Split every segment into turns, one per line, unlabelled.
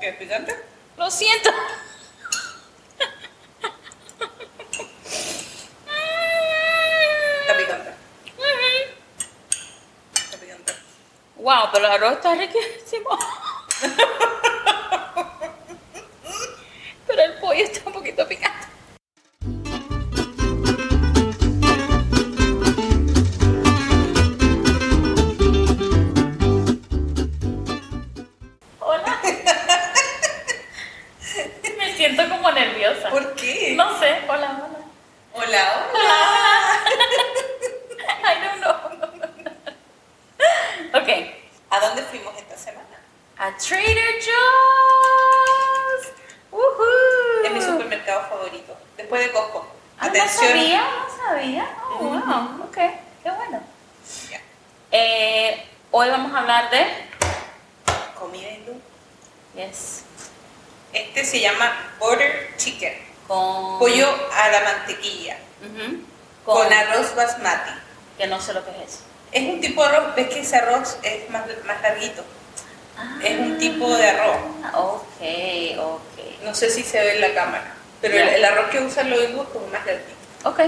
es picante?
Lo siento.
Está picante. Está picante.
Wow, pero el arroz está riquísimo. Pero el pollo está un poquito picante. Hola. Me siento como nerviosa.
¿Por qué?
No sé. Hola, hola.
Hola, hola.
I don't know. Ok.
¿A dónde fuimos esta semana?
A Trader Joe's. ¡Woohoo!
Es mi supermercado favorito. Después de Costco.
Ah,
Atención.
No sabía, no sabía. Oh, wow. Ok, qué bueno.
Ya.
Eh, hoy vamos a hablar de.
Comida hindú.
Yes.
Este se llama Butter Chicken.
Con.
Pollo a la mantequilla.
Ujú.
Con,
Con.
arroz basmati.
Que no sé lo que es eso.
Es un tipo de arroz, ves que ese arroz es más, más larguito. Es un tipo de arroz.
Ah, Ok, ok.
No sé si se ve en la cámara. Pero
Ya.
el, el arroz que usan los hindúes es como más larguito.
Ok.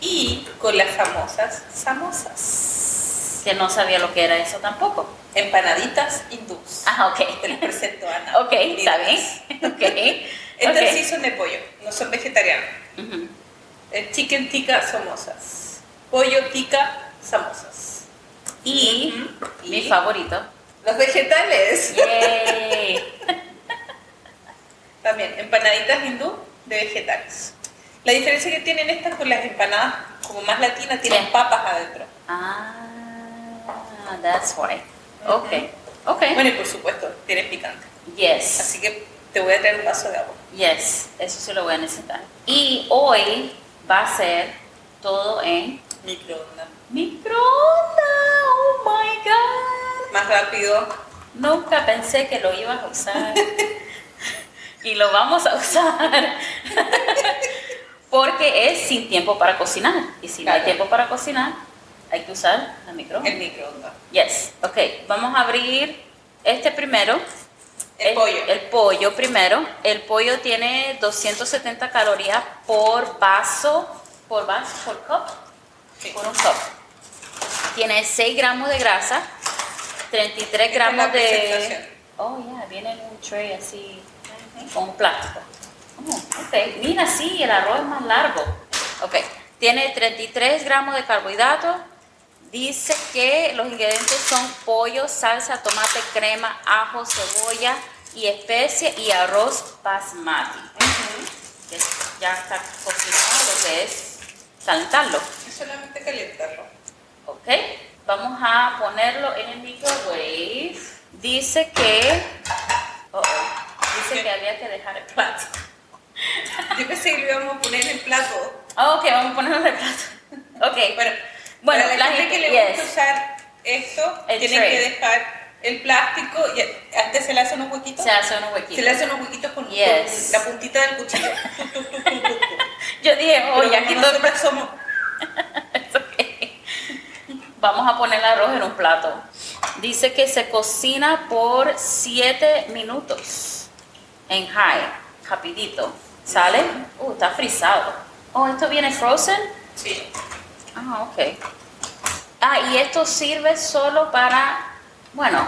Y con las famosas samosas.
Que no sabía lo que era eso tampoco.
Empanaditas hindús.
Ah, ok.
Te las presento a Ana.
Ok, está bien.
Hindús.
Ok.
Estas
Ok.
sí son de pollo, no son vegetarianas.
Ujú.
El chicken tikka samosas. Pollo tikka samosas.
Y
Ujú.
mi
Y
favorito.
Los vegetales.
Yay.
También empanaditas hindú de vegetales. La diferencia que tienen estas con las empanadas como más latinas tienen
Sí.
papas adentro.
Ah, that's why.
Ujú.
Okay, okay.
Bueno, y por supuesto, tienen picante.
yes,
Así que te voy a traer un vaso de agua.
yes, eso sí lo voy a necesitar. Y hoy va a ser todo en
Microondas.
microondas. Oh my god.
Más rápido.
Nunca pensé que lo ibas a usar. y lo vamos a usar. Porque es sin tiempo para cocinar. Y si no hay
Claro.
tiempo para cocinar, hay que usar la microondas.
El microondas.
Yes, ok. Vamos a abrir este primero.
El, pollo.
El pollo primero. El pollo tiene 270 calorías por vaso, por vaso, por cup,
Sí.
por un cup. Tiene 6 gramos de grasa, 33
es
gramos
la
de...
presentación.
Oh, ya, viene en un tray así,
Ujú.
con un plástico. Oh, ok, mira, sí, el arroz es más largo. Ok, tiene 33 gramos de carbohidratos. Dice que los ingredientes son pollo, salsa, tomate, crema, ajo, cebolla y especia y arroz basmati.
Ujú.
que ya está cocinado, lo que es calentarlo.
Es solamente calentarlo.
Ok, vamos a ponerlo en el microwave. Dice que. oh, oh, dice que había que dejar el plato.
Yo pensé que lo íbamos a poner en el plato.
Ah, ok, vamos a ponerlo en el plato. Ok.
Bueno,
Bueno,
para la,
la
gente,
gente-
que le gusta
yes.
usar esto,
El
tienen
tray.
que dejar el plástico. Y antes se le hacen unos huequitos.
se hace unos
se le
huequitos.
hacen unos huequitos con,
Yes.
con la puntita del cuchillo. Tu, tu, tu, tu, tu, tu.
Yo dije,
Pero
oye,
como
aquí todo el
nosotras somos
Vamos a poner el arroz en un plato. Dice que se cocina por 7 minutos en high, rapidito. ¿Sale? Uh, está frisado. Oh, ¿esto viene frozen?
Sí.
Ah, ok. Ah, y esto sirve solo para, bueno,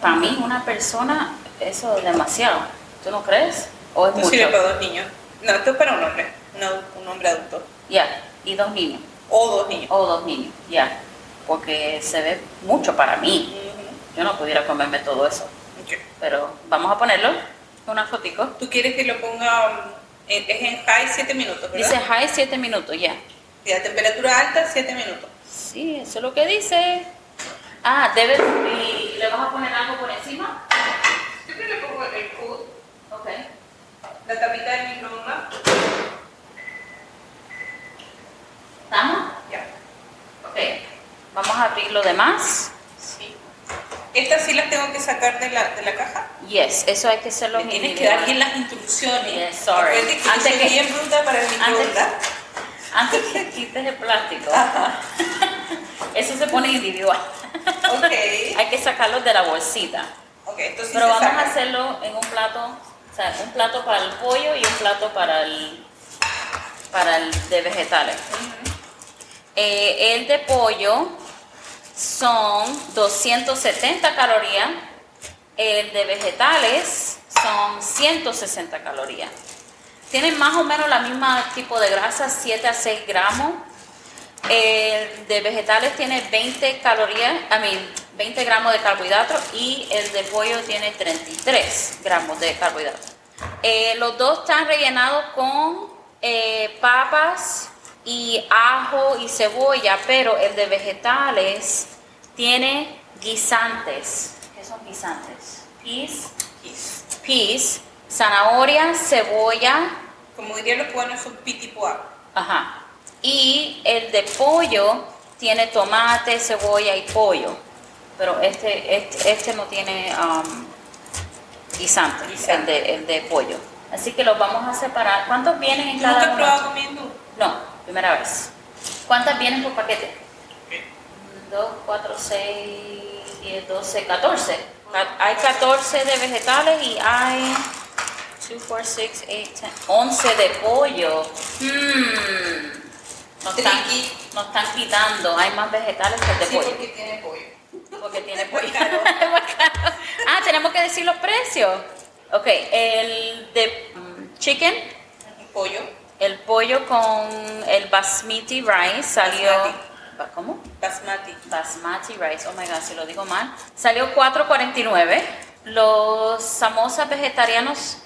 para mí una persona, eso es demasiado. ¿Tú no crees? ¿O es
Esto
mucho?
sirve para dos niños. No, esto es para un hombre, no un hombre adulto.
Ya, y dos niños,
O dos niños.
o dos niños, ya. Porque se ve mucho para mí.
Ujú.
Yo no pudiera comerme todo eso.
Ok.
pero vamos a ponerlo, una fotico.
¿Tú quieres que lo ponga um, en- es en high 7 minutos, ¿verdad?
Dice high 7 minutos, ya.
y a temperatura alta 7 minutos.
Sí, eso es lo que dice. Ah, debe, y le vas a poner algo por encima.
Siempre le pongo el cool,
Ok.
la tapita del microondas.
¿Estamos?
Ya.
Ok. Vamos a abrir lo demás.
Sí. Estas sí las tengo que sacar de la, de la caja.
Yes, eso hay que hacerlo
Le tienes que dar bien las instrucciones.
Yes, sorry.
Acuérdate que
Antes
yo soy
que-
bien bruta para el
antes-
microondas.
Antes que quites el plástico.
Ajá.
Eso se pone individual.
Ok.
Hay que sacarlos de la bolsita.
Ok, entonces
Pero
se
vamos a
saca.
hacerlo en un plato, o sea, un plato para el pollo y un plato para el, para el de vegetales. Eh, el de pollo son 270 calorías, el de vegetales son 160 calorías. Tienen más o menos la misma tipo de grasa, 7 a 6 gramos. El de vegetales tiene 20 calorías, a 20 gramos de carbohidratos y el de pollo tiene 33 gramos de carbohidratos. Eh, los dos están rellenados con eh, papas y ajo y cebolla, pero el de vegetales tiene guisantes. ¿Qué son guisantes? Peas,
Yes.
peas, zanahoria, cebolla,
Como dirían los cubanos, es un pitipoa.
Ajá. Y el de pollo tiene tomate, cebolla y pollo. Pero este, este, este no tiene um, guisante, el,
Guisante.
de, el de pollo. Así que los vamos a separar. ¿Cuántos vienen en
¿Nunca
cada
he
uno?
probado comiendo?
No, primera vez. ¿Cuántas vienen por paquete? 2, 4, 6, 10, 12, 14. Ca- Hay 14 de vegetales y hay 2, 4, 6, 8, 10, 11 de pollo. Mmm. Nos están,
Tricky.
nos están quitando. Hay más vegetales que el de
Sí,
pollo.
porque tiene pollo.
Porque tiene
Muy
pollo.
caro.
Muy caro. ah, tenemos que decir los precios. Ok, el de mm, chicken,
Un pollo,
el pollo con el basmati rice salió. ¿Cómo?
basmati.
Basmati rice, oh my god, si lo digo mal. Salió 4.49. Los samosas vegetarianos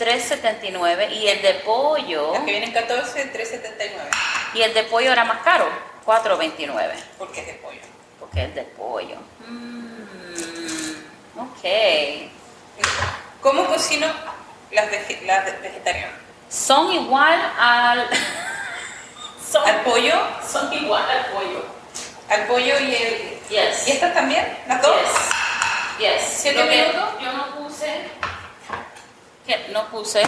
3.79 y el de pollo
Los que vienen 14, 379.
y el de pollo era más caro, 4.29,
Porque es de pollo.
porque el de pollo. Mm, ok.
¿Cómo cocino las, vege- las ve- vegetarianas?
Son igual al son,
¿Al pollo?
son igual al pollo.
¿Al pollo y el...?
Yes.
¿Y estas también? ¿Las dos?
Yes.
¿Siete
Lo que
minutos?
Yo no puse. que no puse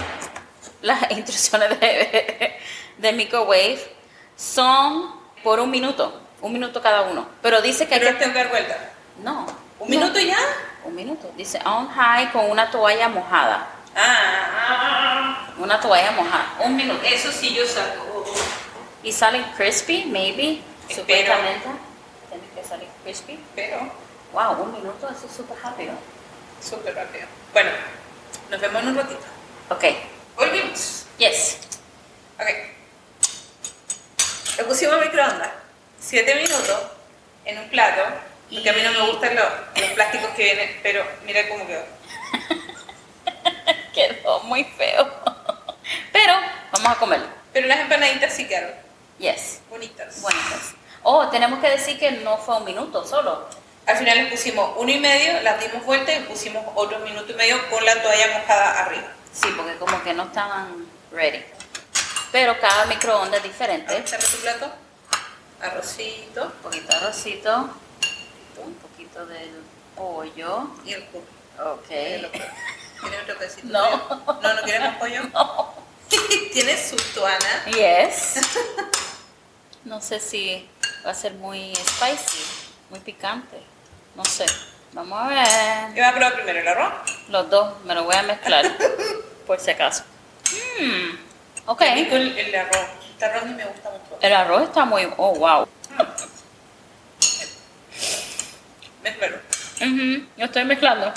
las instrucciones de, de microwave. Son por un minuto. Un minuto cada uno. Pero dice que hay
Pero
que.
las tengo que dar vuelta.
No.
¿Un
no,
minuto ya?
Un minuto. Dice on high con una toalla mojada.
Ah,
Una toalla mojada. Un minuto.
eso sí yo saco.
Y salen crispy, maybe.
Espero.
Supuestamente. Tiene que salir crispy.
Pero,
Wow, un minuto, eso es súper rápido.
súper rápido. Bueno, nos vemos en un ratito.
Ok.
Volvimos.
Yes.
Ok. Lo pusimos a microondas. Siete minutos en un plato. Porque a mí no me gustan los, los plásticos que vienen, pero mira cómo quedó.
Quedó muy feo. Pero vamos a comerlo.
Pero las empanaditas sí quedaron
Yes.
bonitas.
Bonitas. Oh, tenemos que decir que no fue un minuto solo.
Al final les pusimos uno y medio, las dimos vuelta y pusimos otro minuto y medio con la toalla mojada arriba.
Sí, porque como que no estaban ready. Pero cada microondas es diferente.
Dame tu plato. Arrocito
Un poquito de arrocito. Un poquito del pollo.
y el cubo.
Ok.
¿Tienes otro pedacito?
¿Eh? No.
¿No? ¿No, no quieres más pollo?
No.
¿Tienes susto, Ana?
Yes. No sé si va a ser muy spicy, muy picante. No sé. Vamos a ver.
Yo voy a probar primero el arroz.
Los dos, me los voy a mezclar, por si acaso. Mm, ok.
Y con el, el arroz. Este arroz ni me gusta mucho.
El arroz está muy... Oh, wow.
Me espero.
Ujú, Yo estoy mezclando.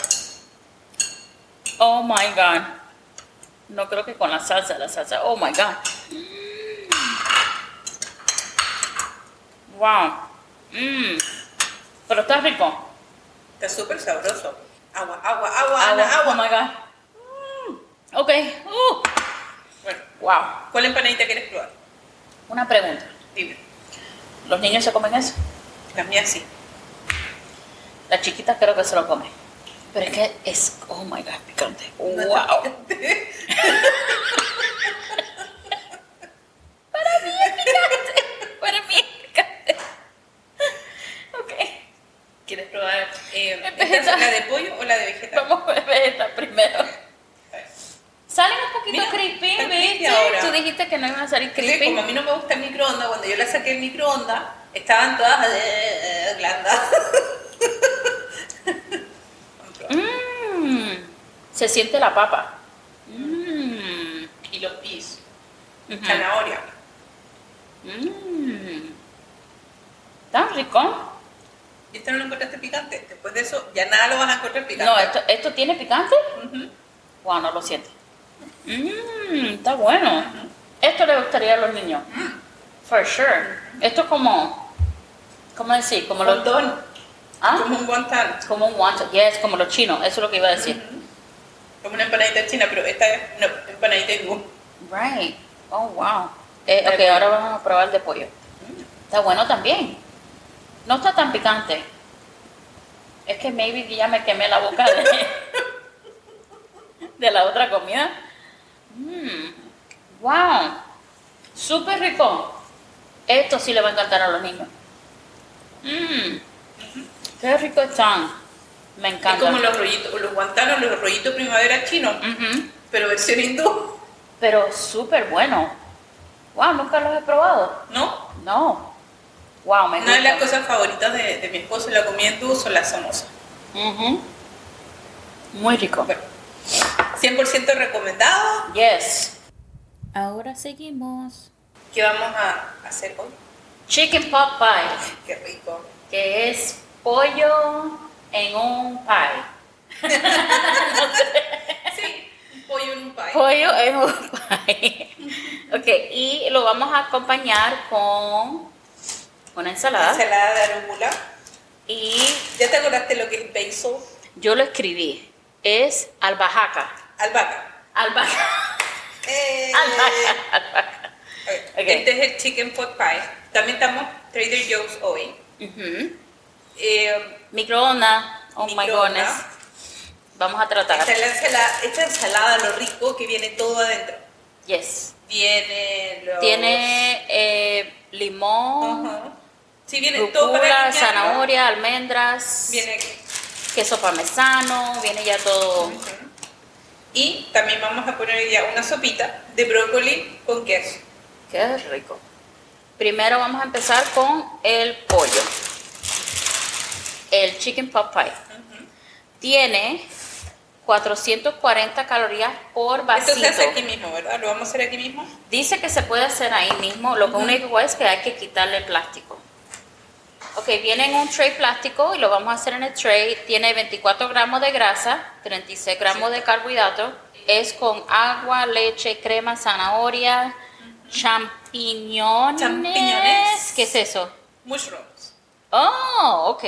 Oh, my God. No creo que con la salsa, la salsa. Oh, my God. Mm. Wow. Mm. Pero está rico.
Está súper sabroso. Agua, agua, agua, Ana,
Agua, Oh,
agua.
my God. Mm, Ok. Uh,
Bueno,
Wow.
¿cuál empanadita quieres probar?
Una pregunta.
Dime.
¿Los niños se comen eso?
Las mías sí.
La chiquita creo que se lo come. Pero es que es, oh my god, picante.
No está
wow.
picante.
Para mí es picante. Ok.
¿Quieres probar eh,
Vegetal.
la de pollo o la de vegetal?
Vamos a ver esta primero. Salen un poquito
Mira,
creepy,
está creepy
¿viste?
ahora.
Tú dijiste que no iban a salir
Sí,
creepy.
como a mí no me gusta el microondas, cuando yo la saqué del microondas, estaban todas eh, eh, blandas. Vamos a probar.
Mmm, Se siente la papa. Mmm.
Y los pis,
Ujú.
zanahoria.
Mmm. Tan rico.
¿Y este no lo encontraste picante? Después de eso, ya nada lo vas a encontrar picante.
No, eh. esto, esto tiene picante.
Ujú.
Wow, no lo siento. Mmm, está bueno. Esto le gustaría a los niños. For sure. Esto es como, ¿cómo decir? Como los
Montón.
¿Ah?
Como un guantán.
Como un guancho. Yes, como los chinos. Eso es lo que iba a decir.
Como una empanadita china, pero esta es una empanadita hindú.
Right. Oh, wow. Eh, ok, ahora vamos a probar el de pollo. Está bueno también. No está tan picante. Es que maybe que ya me quemé la boca de, de la otra comida. Mm, wow. Súper rico. Esto sí le va a encantar a los niños. Mm, qué rico están. Me
Es
encanta.
como los rollitos, los guantanos, los rollitos primavera chinos,
Ujú.
pero versión hindú,
Pero súper bueno. Wow, nunca los he probado.
¿no?
No. Wow, me
Una de las
gusta.
cosas favoritas de, de mi esposo en la comida hindú son las samosas.
Ujú. Muy rico.
100% recomendado.
Yes. Ahora seguimos.
¿Qué vamos a hacer hoy?
Chicken pot pie,
Qué rico.
que es pollo en un pie.
Sí, un pollo en un pie.
Pollo en un pie. ok, y lo vamos a acompañar con una ensalada.
Ensalada de arúgula.
Y
¿Ya te acordaste lo que es basil?
yo lo escribí. Es albahaca.
Albahaca.
Albahaca.
Eh,
Albahaca. albahaca.
ok.
Ok.
Este es el chicken pot pie. También estamos Trader Joe's hoy.
Ujú.
Eh,
Microondas. Oh my
microondas.
goodness. Vamos a tratar.
Esta es la ensalada, esta ensalada, lo rico que viene todo adentro.
Yes.
Viene los...
Tiene eh, limón,
Ajá. Sí, viene todo para
rúcula,
aliñarlo.
zanahoria, almendras,
Viene...
queso parmesano, viene ya todo.
Ujú. Y también vamos a poner ya una sopita de brócoli con queso.
Qué rico. Primero vamos a empezar con el pollo. El chicken pot pie. Tiene 440 calorías por
Esto se
vasito.
hace aquí mismo, ¿verdad? ¿Lo vamos a hacer aquí mismo?
Dice que se puede hacer ahí mismo, lo que único es que hay que quitarle el plástico. Ok, viene en un tray plástico y lo vamos a hacer en el tray. Tiene 24 gramos de grasa, 36 gramos de carbohidratos. Es con agua, leche, crema, zanahoria, champiñones.
Champiñones.
¿Qué es eso?
Mushrooms.
Oh, ok.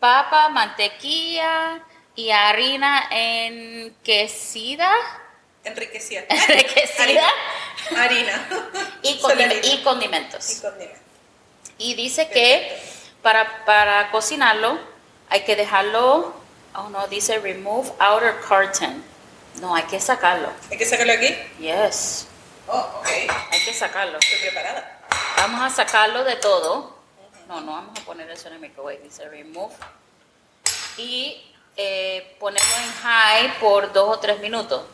Papa, mantequilla y harina enquecida.
Enriquecida.
enriquecida
Harina.
y,
Solo
condime-
harina.
y condimentos.
Y condimento.
Y dice que para, para cocinarlo hay que dejarlo, oh no, dice remove outer carton. No, hay que sacarlo.
Hay que sacarlo aquí.
Yes,
Oh, ok.
hay que sacarlo.
Estoy preparada.
Vamos a sacarlo de todo. No, no vamos a poner eso en el microwave, dice remove. Y eh, ponerlo en high por dos o tres minutos.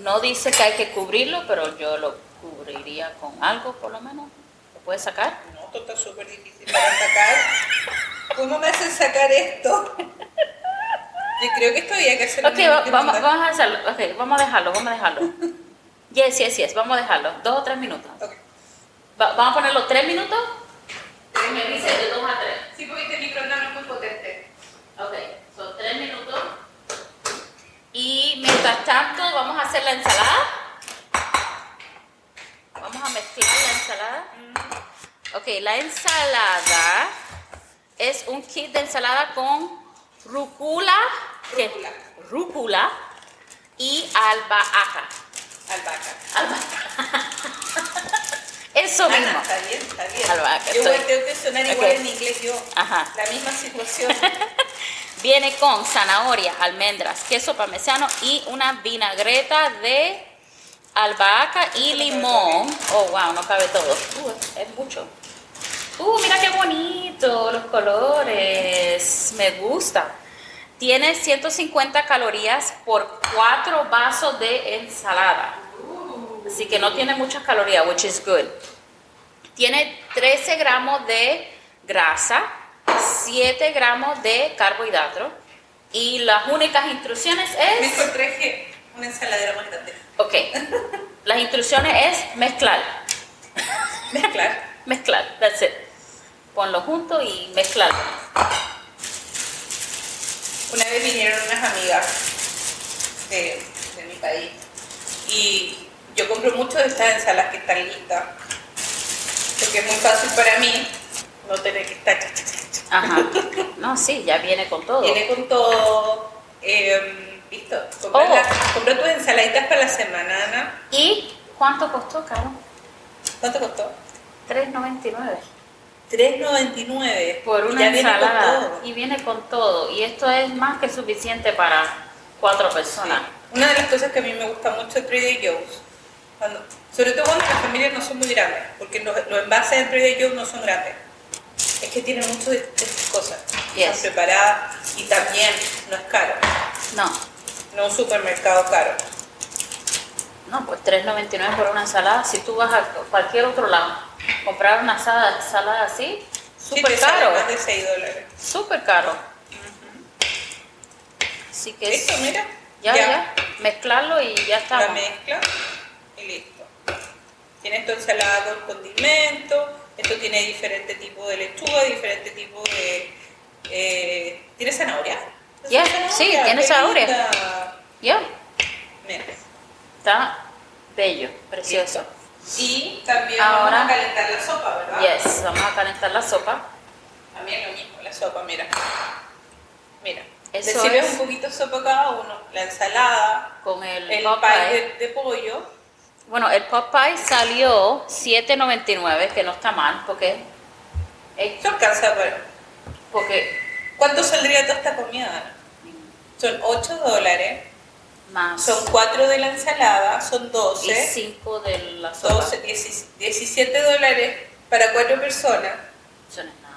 No dice que hay que cubrirlo, pero yo lo cubriría con algo por lo menos. ¿Lo puedes sacar?
No, esto está súper difícil para sacar. ¿Cómo me hacen sacar esto? Yo creo que esto había que hacerlo.
Ok,
en
va-
el
vamos,
microondas.
vamos a hacerlo. Ok, vamos a dejarlo, vamos a dejarlo. Yes, yes, yes, vamos a dejarlo. Dos o tres minutos.
Ok.
Va- vamos a ponerlo tres minutos. Me dice de dos a tres.
Sí, porque este microondas no es muy potente.
Ok, son tres minutos. Y mientras tanto, vamos a hacer la ensalada. Vamos a mezclar la ensalada. Ok, la ensalada es un kit de ensalada con rúcula, que-
Rúcula.
rúcula y albahaca.
Albahaca.
Albahaca. Eso mismo.
Ana, Ah, está bien, está bien.
Albahaca,
Yo
estoy-
tengo que sonar igual
Ok.
en inglés yo.
Ajá.
La misma situación.
Viene con zanahoria, almendras, queso parmesano y una vinagreta de albahaca y limón. Oh, wow, no cabe todo. Uh, es- es mucho. Uh, mira qué bonito los colores. Me gusta. Tiene 150 calorías por 4 vasos de ensalada. Así que no tiene muchas calorías, which is good. Tiene 13 gramos de grasa, 7 gramos de carbohidrato Y las únicas instrucciones
Me
es,
encontré que una ensaladera más grande.
ok, las instrucciones es mezclar,
Mezclar.
mezclar, that's it. Ponlo junto y mezclarlo.
Una vez vinieron unas amigas de, de mi país y yo compro mucho de estas ensaladas que están listas porque es muy fácil para mí no tener que estar. cha, cha, cha, cha.
Ajá. No, sí, ya viene con todo.
Viene con todo. eh, Listo. Compra,
Oh.
las- compra tus ensaladitas para la semana, Ana.
¿Y cuánto costó, Caro?
¿Cuánto costó?
3.99
3.99
por
Y
una
ya viene con
ensalada
todo.
y viene con todo y esto es más que suficiente para cuatro personas.
Una de las cosas que a mí me gusta mucho de Trader Joe's, cuando- sobre todo cuando las familias no son muy grandes, porque los, los envases de Trader Joe's no son grandes, es que tienen mucho de, de estas cosas.
Yes.
Están preparadas y también no es caro,
No,
no un supermercado caro.
no, pues 3.99 por una ensalada. Si tú vas a cualquier otro lado, comprar una ensalada, ensalada así,
Sí,
súper
te sale
caro,
Más de 6 dólares.
súper caro. Así que es-
Listo, mira.
ya, ya, mezclarlo y ya está.
La mezcla y listo. Tienes tu ensalada con condimento, esto tiene diferente tipo de lechuga, diferente tipo de... eh, ¿Tiene zanahoria?
Yeah, sí, tiene
qué
zanahoria.
linda.
Ya,
Mira,
está bello, precioso.
listo. Y también
Ahora-
vamos a calentar la sopa, ¿verdad?
Yes, vamos a calentar la sopa.
También lo mismo, la sopa, mira. Mira,
Eso
le sirves
es.
un poquito de sopa a cada uno, la ensalada,
con el, este,
el
Popeye.
pie de, de pollo,
Bueno, el Popeye salió 7.99, que no está mal, porque es-
eso alcanza para...
porque
¿Cuánto saldría toda esta comida? Ana? Son 8 dólares,
más
son 4 de la ensalada, son
y
12,
5 de la sopa.
12 dieci- 17 dólares para 4 personas.
Eso no es nada.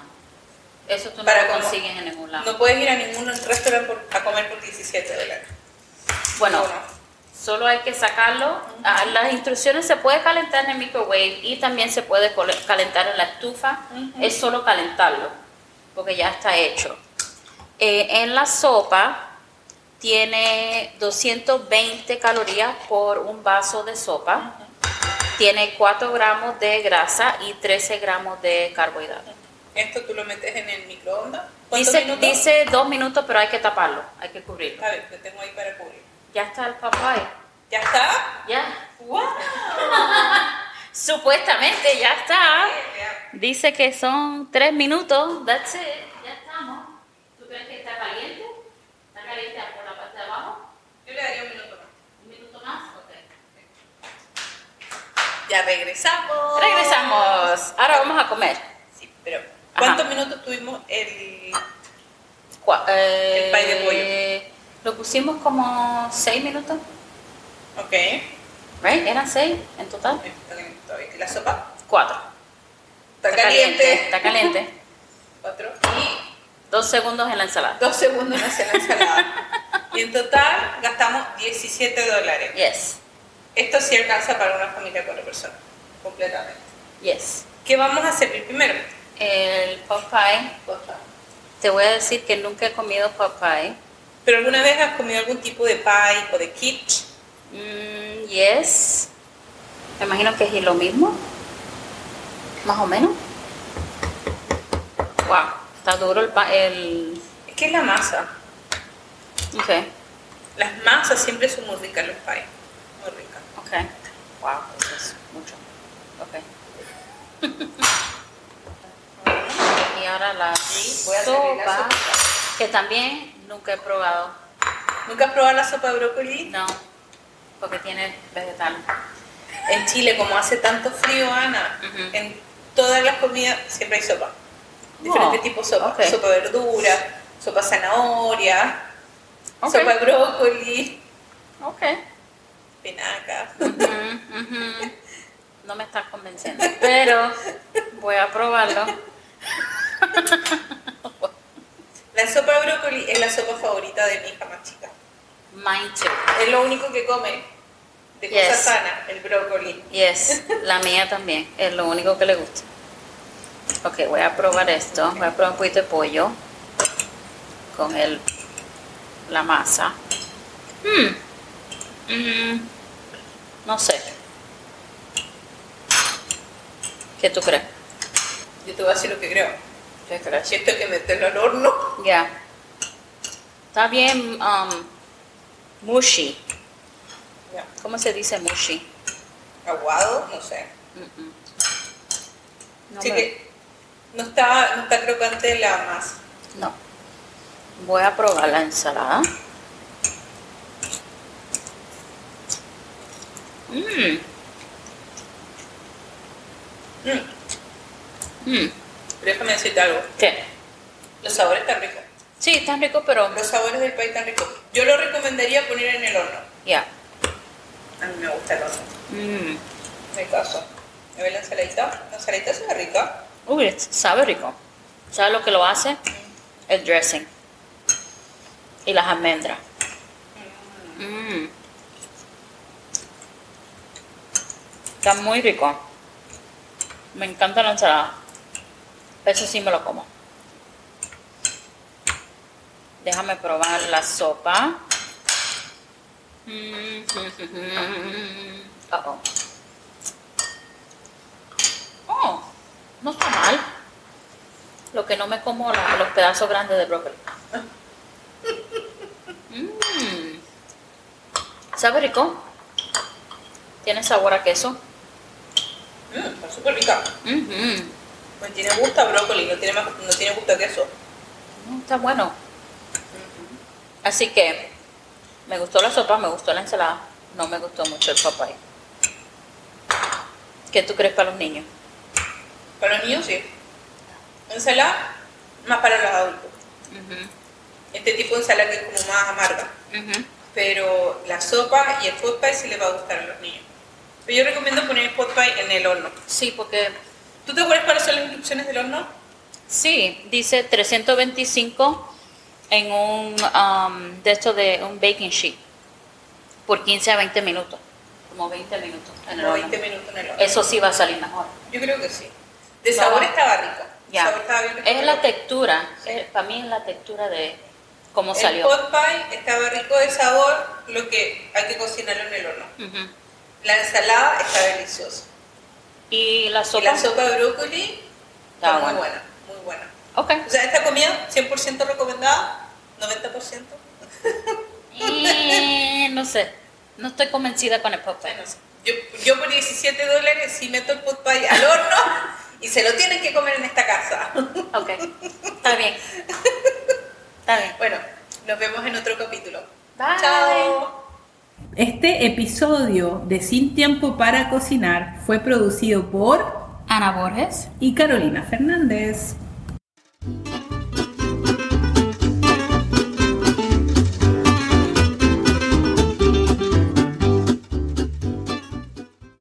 Eso tú no
Para
lo
como-
consigues en ningún lado.
No puedes ir a ningún restaurante por- a comer por 17 dólares.
bueno,
Bueno.
solo hay que sacarlo. Ah, las instrucciones se puede calentar en el microwave y también se puede col- calentar en la estufa.
Ujú.
Es solo calentarlo, porque ya está hecho. Eh, en la sopa tiene 220 calorías por un vaso de sopa. Tiene 4 gramos de grasa y 13 gramos de carbohidratos.
Esto tú lo metes en el microondas. ¿Cuántos
Dice,
minutos?
dice 2 minutos, pero hay que taparlo, hay que cubrirlo.
A ver, lo tengo ahí para cubrir.
Ya está el papaya.
¿Ya está?
Ya.
¡Wow!
Supuestamente ya está.
Ya.
Dice que son tres minutos. That's it. Ya estamos. ¿Tú crees que está caliente? ¿Está caliente por la parte de abajo?
Yo le daría un minuto más.
¿Un minuto más? Ok.
Ya regresamos.
Regresamos. Ahora vamos a comer.
Sí, pero ¿cuántos
Ajá.
minutos tuvimos el
Cua-
El
eh,
pay
Lo pusimos como seis minutos.
Ok.
Right? ¿Eran seis en total?
La sopa
Cuatro.
está, caliente.
Está caliente.
Cuatro. Y
Dos segundos en la ensalada.
dos segundos en hacer la ensalada. y en total gastamos 17 dólares.
Yes.
Esto sí alcanza para una familia de cuatro personas. Completamente.
Yes.
¿Qué vamos a servir primero?
El Popeye. Te voy a decir que nunca he comido ¿eh? Popeye.
¿Pero alguna vez has comido algún tipo de pie o de quiche?
Mm, yes. Me imagino que es lo mismo. Más o menos. Wow. Está duro el... pa- el
Es que es la masa.
ok.
Las masas siempre son muy ricas los pies. Muy ricas.
Ok. Wow. Eso es mucho. Ok. y ahora la
Sí, voy a servir la
sopa.
sopa.
Que también nunca he probado.
¿Nunca has probado la sopa de brócoli?
No. Porque tiene vegetal.
En Chile, como hace tanto frío, Ana,
Ujú.
en todas las comidas siempre hay sopa.
Oh,
Diferentes tipos de sopa.
ok.
Sopa de verdura, sopa zanahoria,
Ok.
sopa de brócoli,
Ok.
espinaca.
Ujú, ujú. No me estás convenciendo, pero voy a probarlo.
La sopa de brócoli es la sopa favorita de mi hija más chica.
Mine too.
Es lo único que come de
Yes.
cosas sanas, el brócoli.
Yes, la mía también. Es lo único que le gusta. Ok, voy a probar esto. Voy a probar un poquito de pollo con el la masa. Mm. Mm, No sé. ¿Qué tú crees?
Yo te voy a decir lo que creo.
¿Qué crees?
Siento que meterlo al horno.
Ya. Está bien um, mushy.
Ya.
¿Cómo se dice mushy?
Aguado, no sé.
Mm-mm. No
Así
me-
que no está, no está crocante la masa.
No. Voy a probar la ensalada. Mm.
Mm,
Mm.
pero déjame decirte algo.
¿Qué?
Los sabores están ricos.
Sí, está rico, pero ya.
Los sabores del país están ricos. Yo lo recomendaría poner en el horno. A mí me gusta el horno.
Mm.
Me caso. ¿Me ve la ensaladita? La ensaladita se ve rica.
Uy, es- sabe rico. ¿Sabes lo que lo hace? El dressing. Y las almendras. Mm. Está muy rico. Me encanta la ensalada. Eso sí me lo como. Déjame probar la sopa. Mm, Uh-oh. Oh, no está mal. Lo que no me como la- los pedazos grandes de brócoli. Mm. ¿Sabe rico? Tiene sabor a queso.
Mm, está súper rica.
Ujú.
No tiene gusto a brócoli, no tiene, más- no tiene gusto a queso.
Mm, Está bueno. Así que me gustó la sopa, me gustó la ensalada. No me gustó mucho el papay. ¿Qué tú crees para los niños?
Para los niños sí. Ensalada, más para los adultos.
Ujú,
Este tipo de ensalada que es como más amarga.
ujú.
Pero la sopa y el pot pie sí les va a gustar a los niños. Pero yo recomiendo poner el pot pie en el horno.
Sí, porque
¿Tú te acuerdas cuáles son las instrucciones del horno?
Sí, dice 325 en un um, de esto de un baking sheet por 15 a 20 minutos, como 20 minutos en el
Como
horno.
20 minutos en el horno.
Eso sí va a salir mejor.
Yo creo que sí. De
No.
sabor estaba rico. De
Ya.
sabor estaba bien rico.
Es la textura,
Sí.
eh, para mí es la textura de cómo
El
salió.
pot pie estaba rico de sabor, lo que hay que cocinarlo en el horno.
Ujú.
La ensalada está deliciosa.
Y la
Y
sopa.
la sopa de brócoli
Está
está muy
buena.
buena, muy buena.
Ok.
O sea, esta comida 100% recomendada, 90%.
Eh, no sé, no estoy convencida con el papel.
Bueno, yo, yo por 17 dólares sí meto el pot pie al horno y se lo tienen que comer en esta casa.
Ok, está bien. Está bien.
Bueno, nos vemos en otro capítulo.
Bye.
Chao.
Este episodio de Sin Tiempo para Cocinar fue producido por
Ana Borges.
y Carolina Fernández.